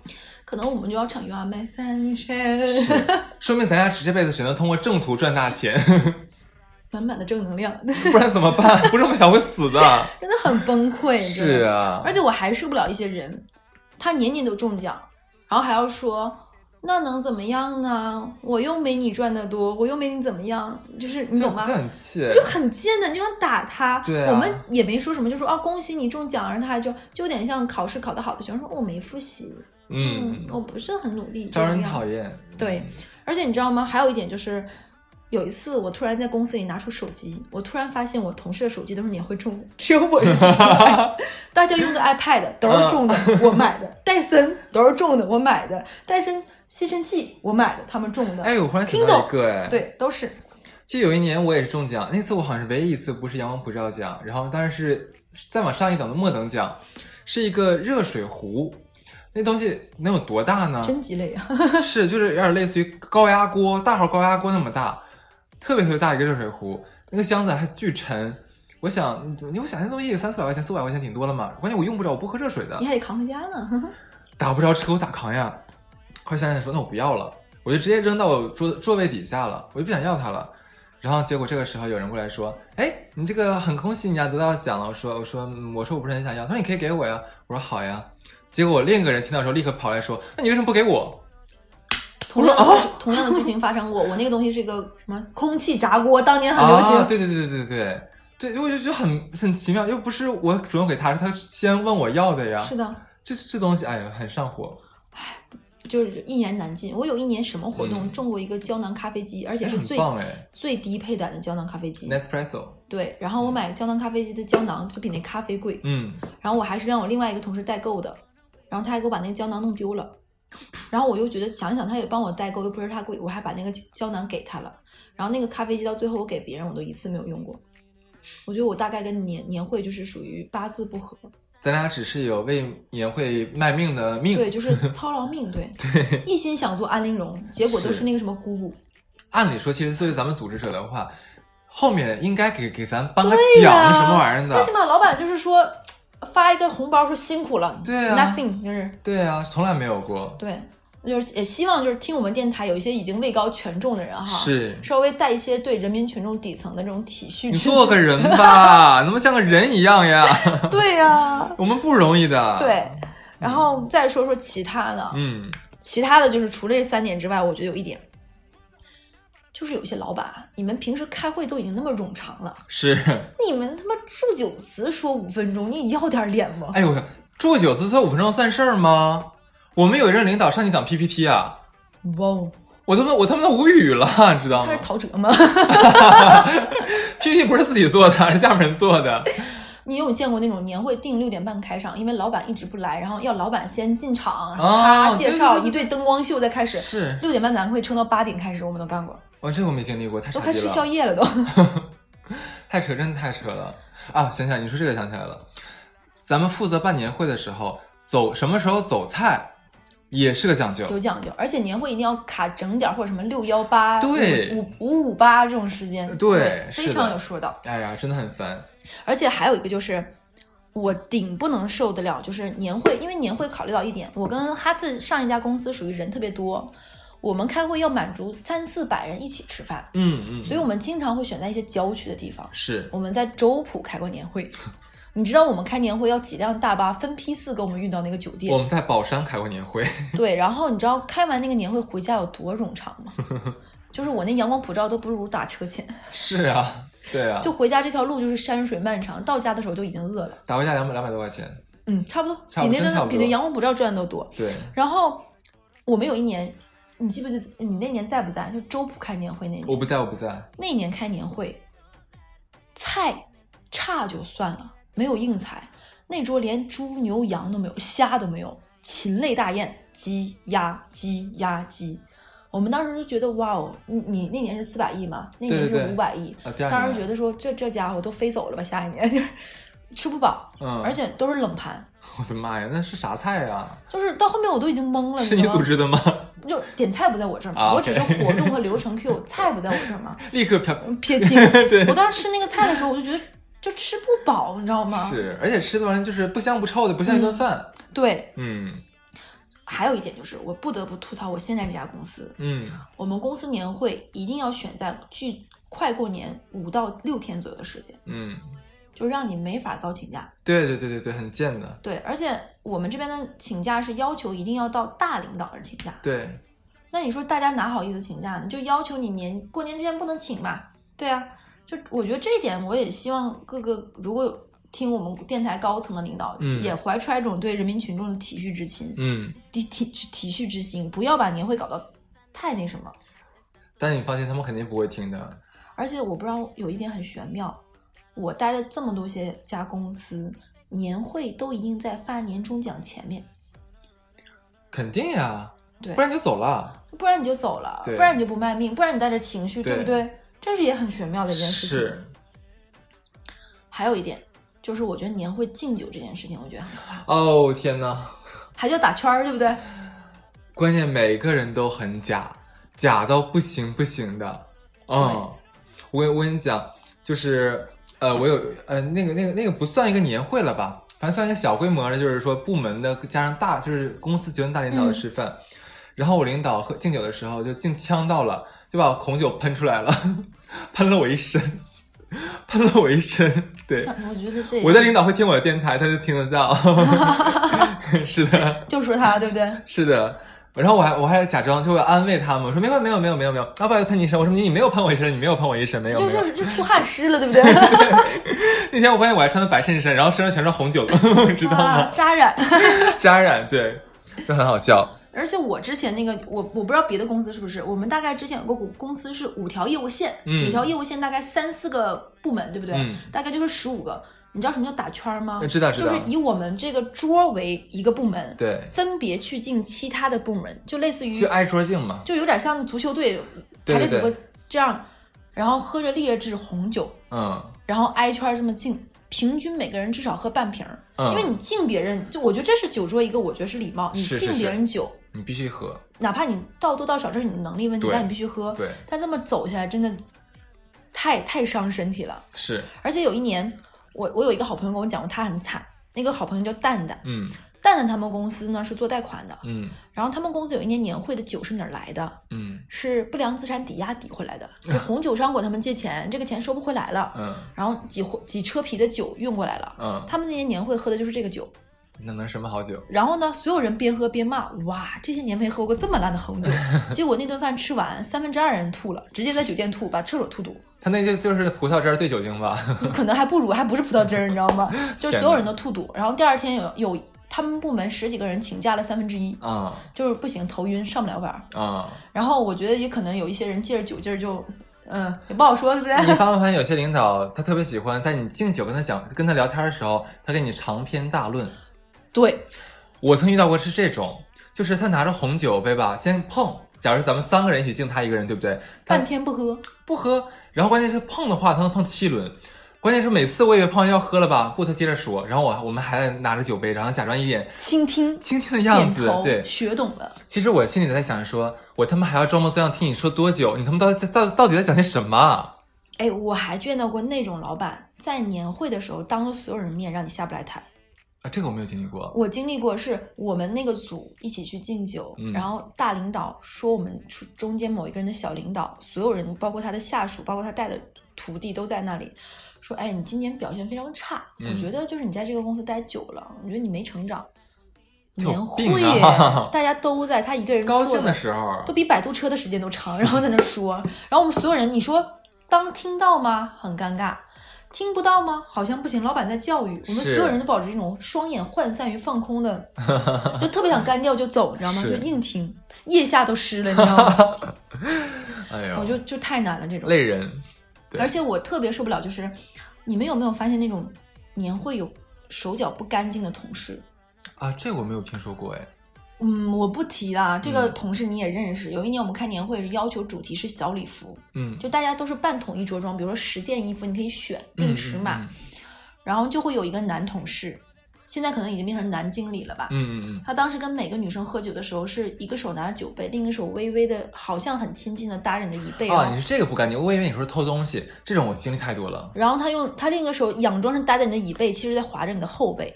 可能我们就要唱 You Are My Sunshine，是说明咱俩这辈子只能通过正途赚大钱， 满满的正能量， 不然怎么办？不这么想会死的。真的很崩溃。你知是道吗啊而，且我还受不了一些人，他年年都中奖，然后还要说那能怎么样呢？我又没你赚的多，我又没你怎么样，就是你这懂吗？这很气，就很贱的，你就想打他。对啊我们也没说什么，就说啊恭喜你中奖，然后他还就就有点像考试考得好的学生说我没复习，嗯，我不是很努力，招人这样讨厌。对，而且你知道吗？还有一点就是，有一次我突然在公司里拿出手机，我突然发现我同事的手机都是年会中的，只有我是自己买的。大家用的 iPad 都是中的，嗯我买的；戴森都是中的，我买的；戴森吸尘器我买的，他们中的。哎，我忽然想到 Kindle 一个，哎，，对，都是就有一年我也是中奖，那次我好像是唯一一次不是阳光普照奖，然后当然是再往上一等的末等奖，是一个热水壶，那东西能有多大呢？真鸡肋啊！是，就是有点类似于高压锅，大号高压锅那么大，特别特别大一个热水壶，那个箱子还巨沉。我想，你我想那东西有三四百块钱，四五百块钱挺多了嘛。关键我用不着，我不喝热水的你，还得扛回家呢。 打不着车我咋扛呀？后来想想说，那我不要了，我就直接扔到我桌座位底下了，我就不想要它了。然后结果这个时候有人过来说：“哎，你这个很恭喜你啊，得到奖了。”我说：“我说嗯我说我不是很想要。”他说：“你可以给我呀。”我说：“好呀。”结果我另一个人听到之后立刻跑来说：“那你为什么不给我？”同样的哦故事、同样的剧情发生过，我那个东西是一个什么空气炸锅，当年 很流行。啊、对对对对对对对，我就觉得很很奇妙，又不是我主动给他，是他先问我要的呀。是的，这这东西，哎呀，很上火。就是一言难尽。我有一年什么活动嗯中过一个胶囊咖啡机，而且哎是很最棒哎最低配版的胶囊咖啡机。 ，Nespresso，对，然后我买胶囊咖啡机的胶囊就比那咖啡贵，嗯，然后我还是让我另外一个同事代购的，然后他还给我把那个胶囊弄丢了，然后我又觉得想一想，他也帮我代购，又不是他贵，我还把那个胶囊给他了，然后那个咖啡机到最后我给别人我都一次没有用过，我觉得我大概跟年年会就是属于八字不合，咱俩只是有为年会卖命的对，命。就是操劳 命，对，一心想做安陵容，结果都是是那个什么姑姑，按理说，其实对于咱们组织者的话，后面应该给给咱颁个对奖，呀什么玩意儿最起的？码老板就是说发一个红包说辛苦了，对啊 n o t h i n g 就是。对啊，从来没有过。对，就是也希望就是听我们电台有一些已经位高权重的人哈，是稍微带一些对人民群众底层的这种体恤你之心。做个人 吧，能不能像个人一样呀？ 对呀、我们不容易的。，对。然后再说说其他的，嗯，其他的就是除了这三点之外，我觉得有一点，就是有些老板啊，你们平时开会都已经那么冗长了，是。你们他妈祝酒词说五分钟，你要点脸吗？哎呦，住九次算五分钟算事儿吗？我们有一任领导上去讲 PPT 啊，哇哦，我他妈我他妈都无语了，你知道吗他是陶喆吗？ ？PPT 不是自己做的，是下面人做的。你有见过那种年会定六点半开场，因为老板一直不来，然后要老板先进场，然后他介绍哦对对对一对灯光秀再开始。是，六点半咱会撑到八点开始，我们都干过，哇，这我没经历过，太都傻快逼吃了宵，夜了都。 太扯，真的太扯了啊！想想你说这个想起来了，咱们负责办年会的时候，走什么时候走菜也是个讲究。有讲究，而且年会一定要卡整点儿或者什么六幺八、对五五五八这种时间，对是非的常有说道。哎呀，真的很烦。而且还有一个就是，我顶不能受得了，就是年会，因为年会考虑到一点，我跟哈次上一家公司属于人特别多，我们开会要满足三四百人一起吃饭，嗯嗯，所以我们经常会选在一些郊区的地方。是我们在周浦开过年会，你知道我们开年会要几辆大巴分批次给我们运到那个酒店我，们在宝山开过年会， 对，然后你知道开完那个年会回家有多冗长吗？ 就是我那阳光普照都不如打车钱，是啊，对啊，就回家这条路就是山水漫长，到家的时候就已经饿了。打回家两百两百多块钱，嗯，差不多，差不多比那真差个不比多那阳光普照赚的都多。对，然后我们有一年，你记不记？你那年在不在？就周浦开年会那我年，不在，我啊不在，那年开年会，菜差就算了，没有硬菜，那桌连猪牛羊都没有，虾都没有，禽类大宴，鸡鸭鸡鸭鸡。我们当时就觉得，哇哦，你你那年是四百亿嘛，那年对对是对五百亿，啊，第二当时年觉得说这这家伙都飞走了吧，下一年 就是吃不饱，嗯，而且都是冷盘， 我的妈呀，那是啥菜呀？就是到后面我都已经懵了，是你你知道吗组织的吗？ 就点菜不在我这儿嘛，啊我只是 OK 活动和流程 Q，菜不在我这儿嘛，立刻飘，撇清。 对我当时吃那个菜的时候，我就觉得就吃不饱，你知道吗？是，而且吃的玩意就是不香不臭的，不像一顿饭。对，嗯还有一点就是，我不得不吐槽我现在这家公司，嗯，我们公司年会一定要选在距快过年五到六天左右的时间，嗯，就让你没法遭请假。对对对对对，很贱的，对，而且我们这边的请假是要求一定要到大领导那儿请假，对，那你说大家哪好意思请假呢？就要求你年过年之前不能请嘛？对啊，就我觉得这一点，我也希望各个如果有听我们电台高层的领导，嗯也怀揣一种对人民群众的体恤之心，嗯，体体体恤之心，不要把年会搞得太那什么。但你放心，他们肯定不会听的。而且我不知道有一点很玄妙，我待的这么多些家公司，年会都一定在发年终奖前面，肯定呀，对不然你就走了。不然你就走了，不对然你就不卖命，不然你带着情绪，对不对对？这是也很玄妙的一件事情。是还有一点就是，我觉得年会敬酒这件事情，我觉得很可怕，哦，天哪！还叫打圈儿，对不对？关键每个人都很假，假到不行不行的。嗯，我我跟你讲，就是呃，我有呃那个那个那个不算一个年会了吧，反正算一个小规模的，就是说部门的加上大就是公司决定大领导的吃饭，然后我领导喝敬酒的时候就敬呛到了，就把红酒喷出来了， 喷了我一身，喷了我一身，对。像我觉得这我的领导会听我的电台，他就听得到。 是的。就说他，对不对？是的，然后我还我还假装就会安慰他们，我说没有没有没有没有没有，要不然喷你一身，我说你你没有喷我一身，你没有喷我一身，没有就没有。就就出汗湿了，对不对？那天我发现我还穿的白衬衫，然后身上全是 红酒， 知道啊吗？，扎染。扎染，对，就很好笑。而且我之前那个，我我不知道别的公司是不是，我们大概之前有个公公司是五条业务线，嗯每条业务线大概三四个部门，对不对？嗯大概就是十五个。你知道什么叫打圈儿吗？知道知就道是以我们这个桌为一个部门，对分别去进其他的部门，就类似于就挨桌敬嘛，就有点像足球队对排对列对组合这样，然后喝着劣质红酒，嗯然后挨圈儿这么敬，平均每个人至少喝半瓶儿。因为嗯，你敬别人，就我觉得这是酒桌一个，我觉得是礼貌。你是是敬是别人酒，你必须喝，哪怕你倒多倒少，这是你的能力问题对，但你必须喝。对，但这么走下来，真的太太伤身体了。是，而且有一年，我我有一个好朋友跟我讲过，他很惨。那个好朋友叫蛋蛋，嗯蛋蛋他们公司呢是做贷款的，嗯然后他们公司有一年年会的酒是哪儿来的？嗯是不良资产抵押抵回来的，就红酒商管他们借钱，这个钱收不回来了，哎嗯然后几货几车皮的酒运过来了。嗯，他们那些年会喝的就是这个酒，那能什么好酒？然后呢，所有人边喝边骂，哇，这些年没喝过这么烂的 红酒。结果那顿饭吃完，三分之二人吐了，直接在酒店吐，把厕所吐堵，他那就就是葡萄汁儿兑酒精吧？ 可能还不如还不是葡萄汁儿，你知道吗？就是所有人都吐堵。然后第二天有有他们部门十几个人请假了三分之一，啊就是不行，头晕，上不了班儿。啊！然后我觉得也可能有一些人借着酒劲儿就，嗯，也不好说，对不你对？发没发现有些领导他特别喜欢在你敬酒跟他讲、跟他聊天的时候，他跟你长篇大论。对，我曾遇到过是这种，就是他拿着红酒杯吧，先碰。假如咱们三个人一起敬他一个人，对不对？他半天不喝，不喝，然后关键是碰的话，他能碰七轮。关键是每次我以为碰完要喝了吧，不，他接着说，然后我我们还拿着酒杯，然后假装一脸倾听，倾听的样点子。头，对，学懂了。其实我心里在想说，我他妈还要装模作样听你说多久？你他妈到底到到底在讲些什么啊？哎，我还见到过那种老板在年会的时候当着所有人面让你下不来台。啊这个我没有经历过。我经历过，是我们那个组一起去敬酒，嗯然后大领导说我们中中间某一个人的小领导，所有人包括他的下属，包括他带的徒弟都在那里。说，哎，你今年表现非常差，嗯我觉得就是你在这个公司待久了，我觉得你没成长。有年会病啊，大家都在，他一个人高坐兴在的时候都比摆渡车的时间都长，然后在那说，然后我们所有人，你说当听到吗？很尴尬，听不到吗？好像不行，老板在教育我们，所是有人都保持一种双眼涣散于放空的，就特别想干掉就走，你知道吗？就是硬听，腋下都湿了，你知道吗？ 哎呦，我就就太难了这种，累人。对而且我特别受不了，就是你们有没有发现那种年会有手脚不干净的同事？啊，这个我没有听说过哎。嗯，我不提啦，这个嗯同事你也认识。有一年我们开年会，要求主题是小礼服，嗯，就大家都是半统一着装，比如说十件衣服你可以选定时买，嗯然后就会有一个男同事，现在可能已经变成男经理了吧。嗯嗯嗯他当时跟每个女生喝酒的时候，是一个手拿着酒杯，另一个手微微的，好像很亲近的搭着你的椅背嗯。哦。啊，你是这个不干净，我以为你说偷东西，这种我经历太多了，然后他用他另一个手佯装是搭在你的椅背，其实在划着你的后背。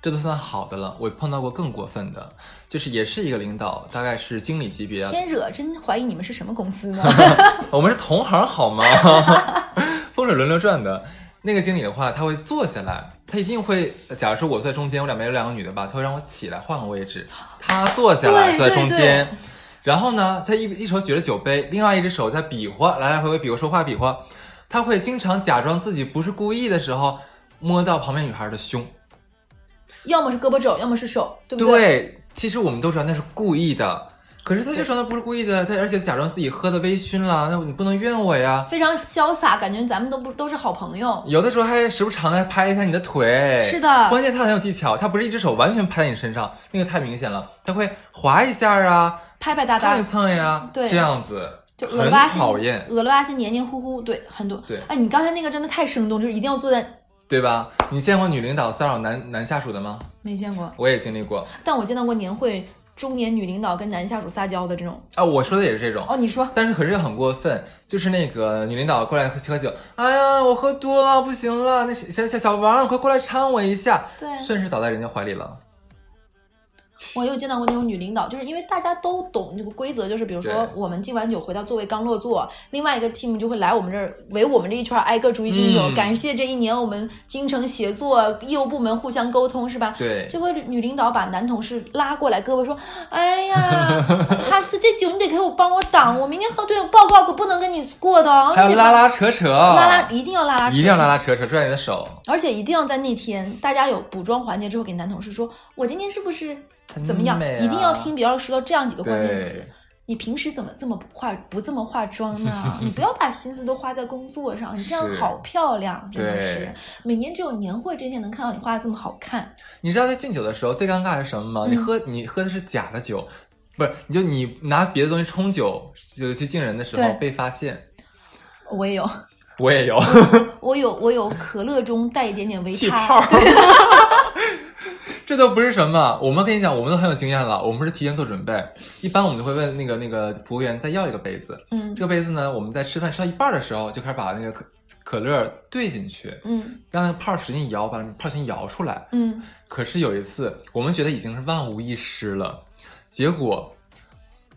这都算好的了。我碰到过更过分的，就是也是一个领导，大概是经理级别啊，天惹，真怀疑你们是什么 公司呢？我们是同行好吗？ 风水轮流转的。那个经理的话，他会坐下来，他一定会，呃假如说我坐在中间，我两边有两个女的吧，他会让我起来换个位置。他坐下来，对坐在中对间，然后呢，他一一手举着酒杯，另外一只手在比划，来来回回比划说话比划。他会经常假装自己不是故意的时候，摸到旁边女孩的胸。要么是胳膊肘，要么是手，对不其实我们都知道那是故意的，可是他就说他不是故意的，他而且假装自己喝的微醺了，那你不能怨我呀。非常潇洒，感觉咱们都不都是好朋友。有的时候还时不常的拍一下你的腿，是的关键他很有技巧，他不是一只手完全拍在你身上，那个太明显了，他会划一下啊，拍拍搭搭蹭一，蹭呀，嗯对这样子就恶了很吧唧，讨厌，恶了吧唧，黏黏糊糊，对，很多。对哎，你刚才那个真的太生动，就是一定要坐在。对吧？你见过女领导骚扰男男下属的吗？没见过，我也经历过但我见到过年会中年女领导跟男下属撒娇的这种。啊，我说的也是这种。哦，你说但是可是又很过分，就是那个女领导过来喝喝酒，哎呀，我喝多了，不行了，那小小小王，快过来搀我一下，对顺势倒在人家怀里了，我有见到过那种女领导，就是因为大家都懂这个规则，就是比如说对我们敬完酒回到座位刚落座，另外一个 team 就会来我们这儿围我们这一圈儿，挨个逐一敬酒，嗯感谢这一年我们精诚协作，业务部门互相沟通，是吧？对，就会女领导把男同事拉过来，胳膊说：“哎 呀，哈斯，这酒你得给我帮我挡，我明天喝醉，我报告可不能跟你过的哦。”还有拉拉扯扯，拉拉，一定要拉拉扯扯，一定要拉拉扯扯，拽你的手。而且一定要在那天大家有补妆环节之后，给男同事说：“我今天是不是怎么样？”很美啊一定要听，比要说到这样几个关键词对。你平时怎么这么不化不这么化妆 呢？你不要把心思都花在工作上，你这样是好漂亮，真的对是。每年只有年会这天能看到你画的这么好看，你知道在敬酒的时候最尴尬的是什么吗？嗯你喝你喝的是假的酒，不是你就你拿别的东西冲酒，就去敬人的时候对被发现。我也有。我也有我有我有可乐中带一点点维气他， 泡，这都不是什么。我们跟你讲，我们都很有经验了，我们是提前做准备。一般我们就会问那个那个服务员再要一个杯子。嗯这个杯子呢，我们在吃饭吃到一半的时候，就开始把那个可可乐兑进去，嗯让那个泡儿使劲摇，把泡儿全摇出来。嗯，可是有一次，我们觉得已经是万无一失了，结果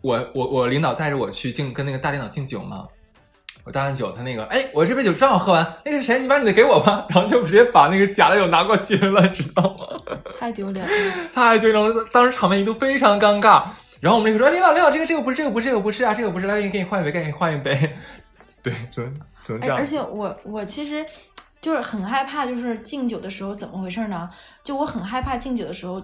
我我我领导带着我去敬跟那个大领导敬酒嘛，我搭完酒，他那个哎，我这杯酒正好喝完，那个谁，你把你的给我吧， 然后就直接把那个假的酒拿过去了，知道吗？ 太丢脸了。太对了，我当时场面一度非常尴尬。然后我们那个说，哎领导领导，这个这个不是这个不是这个不是啊，这个不是，来给你给你换一杯，给你换一杯。 对，只能只能这哎，样。而且我我其实就是很害怕，就是敬酒的时候怎么回事呢？就我很害怕敬酒的时候，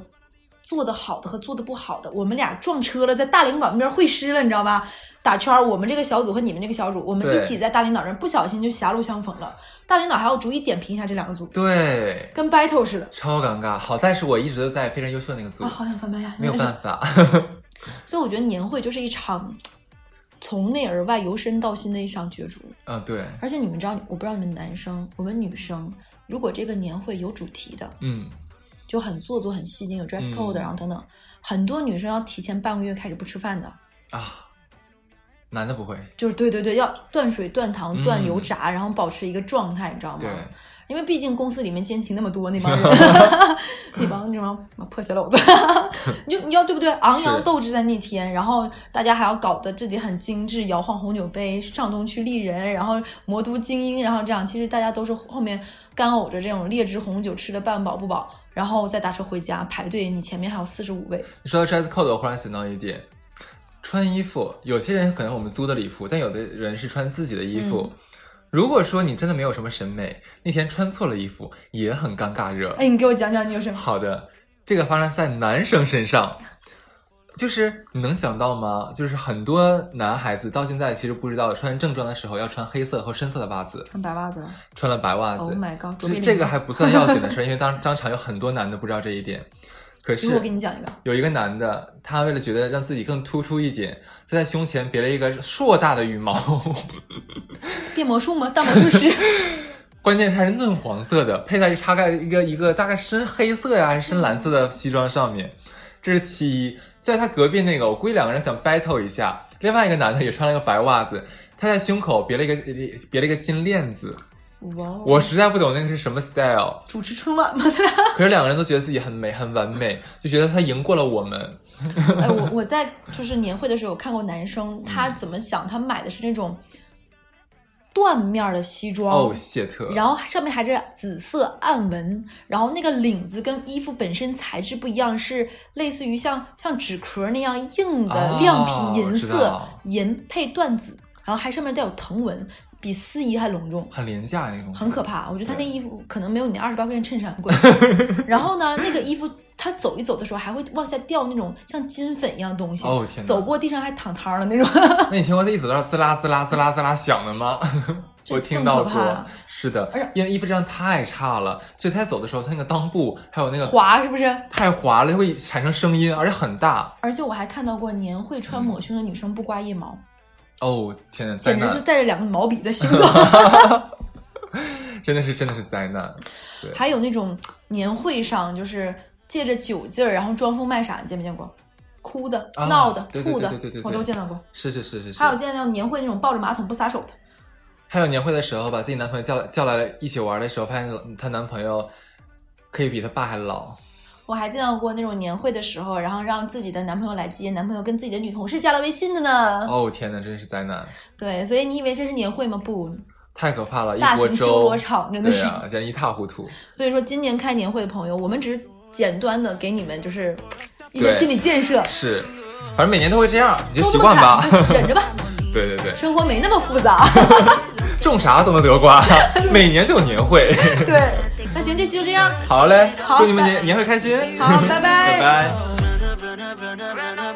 做的好的和做的不好的，我们俩撞车了，在大领导那边会师了，你知道吧？打圈儿，我们这个小组和你们这个小组，我们一对起在大领导这儿不小心就狭路相逢了。大领导还要逐一点评一下这两个组，对，跟 battle 似的。超尴尬。好在是我一直都在非常优秀的那个组啊，，好想翻白眼，没有办法。 所以我觉得年会就是一场从内而外、由深到心的一场角逐。嗯，对，而且你们知道，我不知道你们男生，我们女生，如果这个年会有主题的，嗯，就很做作、很戏精，有 dress code，的、嗯然后等等，很多女生要提前半个月开始不吃饭的，啊，男的不会，就是对对对，要断水、断糖、嗯断油炸，然后保持一个状态，你知道吗对？因为毕竟公司里面奸情那么多，那帮 人，那帮那帮破鞋篓子， 你就你要对不对？昂扬是斗志在那天，然后大家还要搞得自己很精致，摇晃红酒杯，上东区丽人，然后魔都精英，然后这样，其实大家都是后面干呕着这种劣质红酒，吃的半饱不饱，然后再打车回家排队，你前面还有四十五位，你说到 dress code，我忽然想到一点，穿衣服，有些人可能我们租的礼服，但有的人是穿自己的衣服。如果说你真的没有什么审美，那天穿错了衣服也很尴尬热。哎，你给我讲讲你有什么？好的，这个发生在男生身上，就是你能想到吗？就是很多男孩子到现在其实不知道穿正装的时候要穿黑色或深色的袜子， 穿白袜子了穿了白袜子。 ，Oh my god，卓别这林，这个还不算要紧的事儿，因为当当场有很多男的不知道这一点。可一会儿我给是你讲一个，有一个男的，他为了觉得让自己更突出一点，他在胸前别了一个硕大的羽毛， 变魔术吗？当魔术师。关键是还是嫩黄色的，配在大概一个一个大概深黑色呀、还是深蓝色的西装上面，这是其一。就在他隔壁那个，我估计两个人想 battle 一下。另外一个男的也穿了个白袜子，他在胸口别了一个别了一个金链子， 哇哦！我实在不懂那个是什么 style。主持春晚吗？可是两个人都觉得自己很美很完美， 就觉得他赢过了我们。哎，我我在就是年会的时候有看过男生他怎么想，他买的是那种缎面儿的西装。哦，谢特，然后上面还是紫色暗纹，然后那个领子跟衣服本身材质不一样，是类似于像像纸壳那样硬的哦亮皮银我知色道，银配缎子，然后还上面带有藤纹，比丝衣还隆重。很廉价那个东西，很可怕。我觉得他那对衣服可能没有你那二十八块钱衬衫 贵。然后呢，那个衣服他走一走的时候还会往下掉那种像金粉一样的东西，哦天哪走过地上还淌汤的那 种。那你听过他一走到那儿滋啦滋啦滋啦滋啦响的吗？这我听到更可怕过，是的而且，因为衣服质量太差了，所以他走的时候，他那个裆部还有那个滑是不是？太滑了，会产生声音，而且很大。而且我还看到过年会嗯穿抹胸的女生不刮腋毛，哦，天呐，灾简直是难！带着两个毛笔在行走。 真的是真的是灾难。对还有那种年会上就是借着酒劲儿，然后装疯卖傻，你见没见过？哭的、啊闹的、对对吐的对对对对，对我都见到过。是是是是是还。有见到年会那种抱着马桶不撒手的，还有年会的时候，把自己男朋友叫来叫来了一起玩的时候，发现她男朋友可以比她爸还老。我还见到过那种年会的时候，然后让自己的男朋友来接，男朋友跟自己的女同事加了微信的呢。哦，天呐，真是灾难，对，所以你以为这是年会吗？不，太可怕了！一大锅型修粥罗，场真的对啊是。呀、简直一塌糊涂。所以说，今年开年会的朋友，我们只是简单的给你们就是一些对心理建设，是，反正每年都会这 样，你就习都这么惯吧惨。，忍着吧， 对对对，生活没那么复杂。 种啥都能得瓜，每年都有年会。 对，那行，这期就这样，好嘞，好祝你们年年会开心。好，拜拜拜拜。 Run up, run up, run up, run up.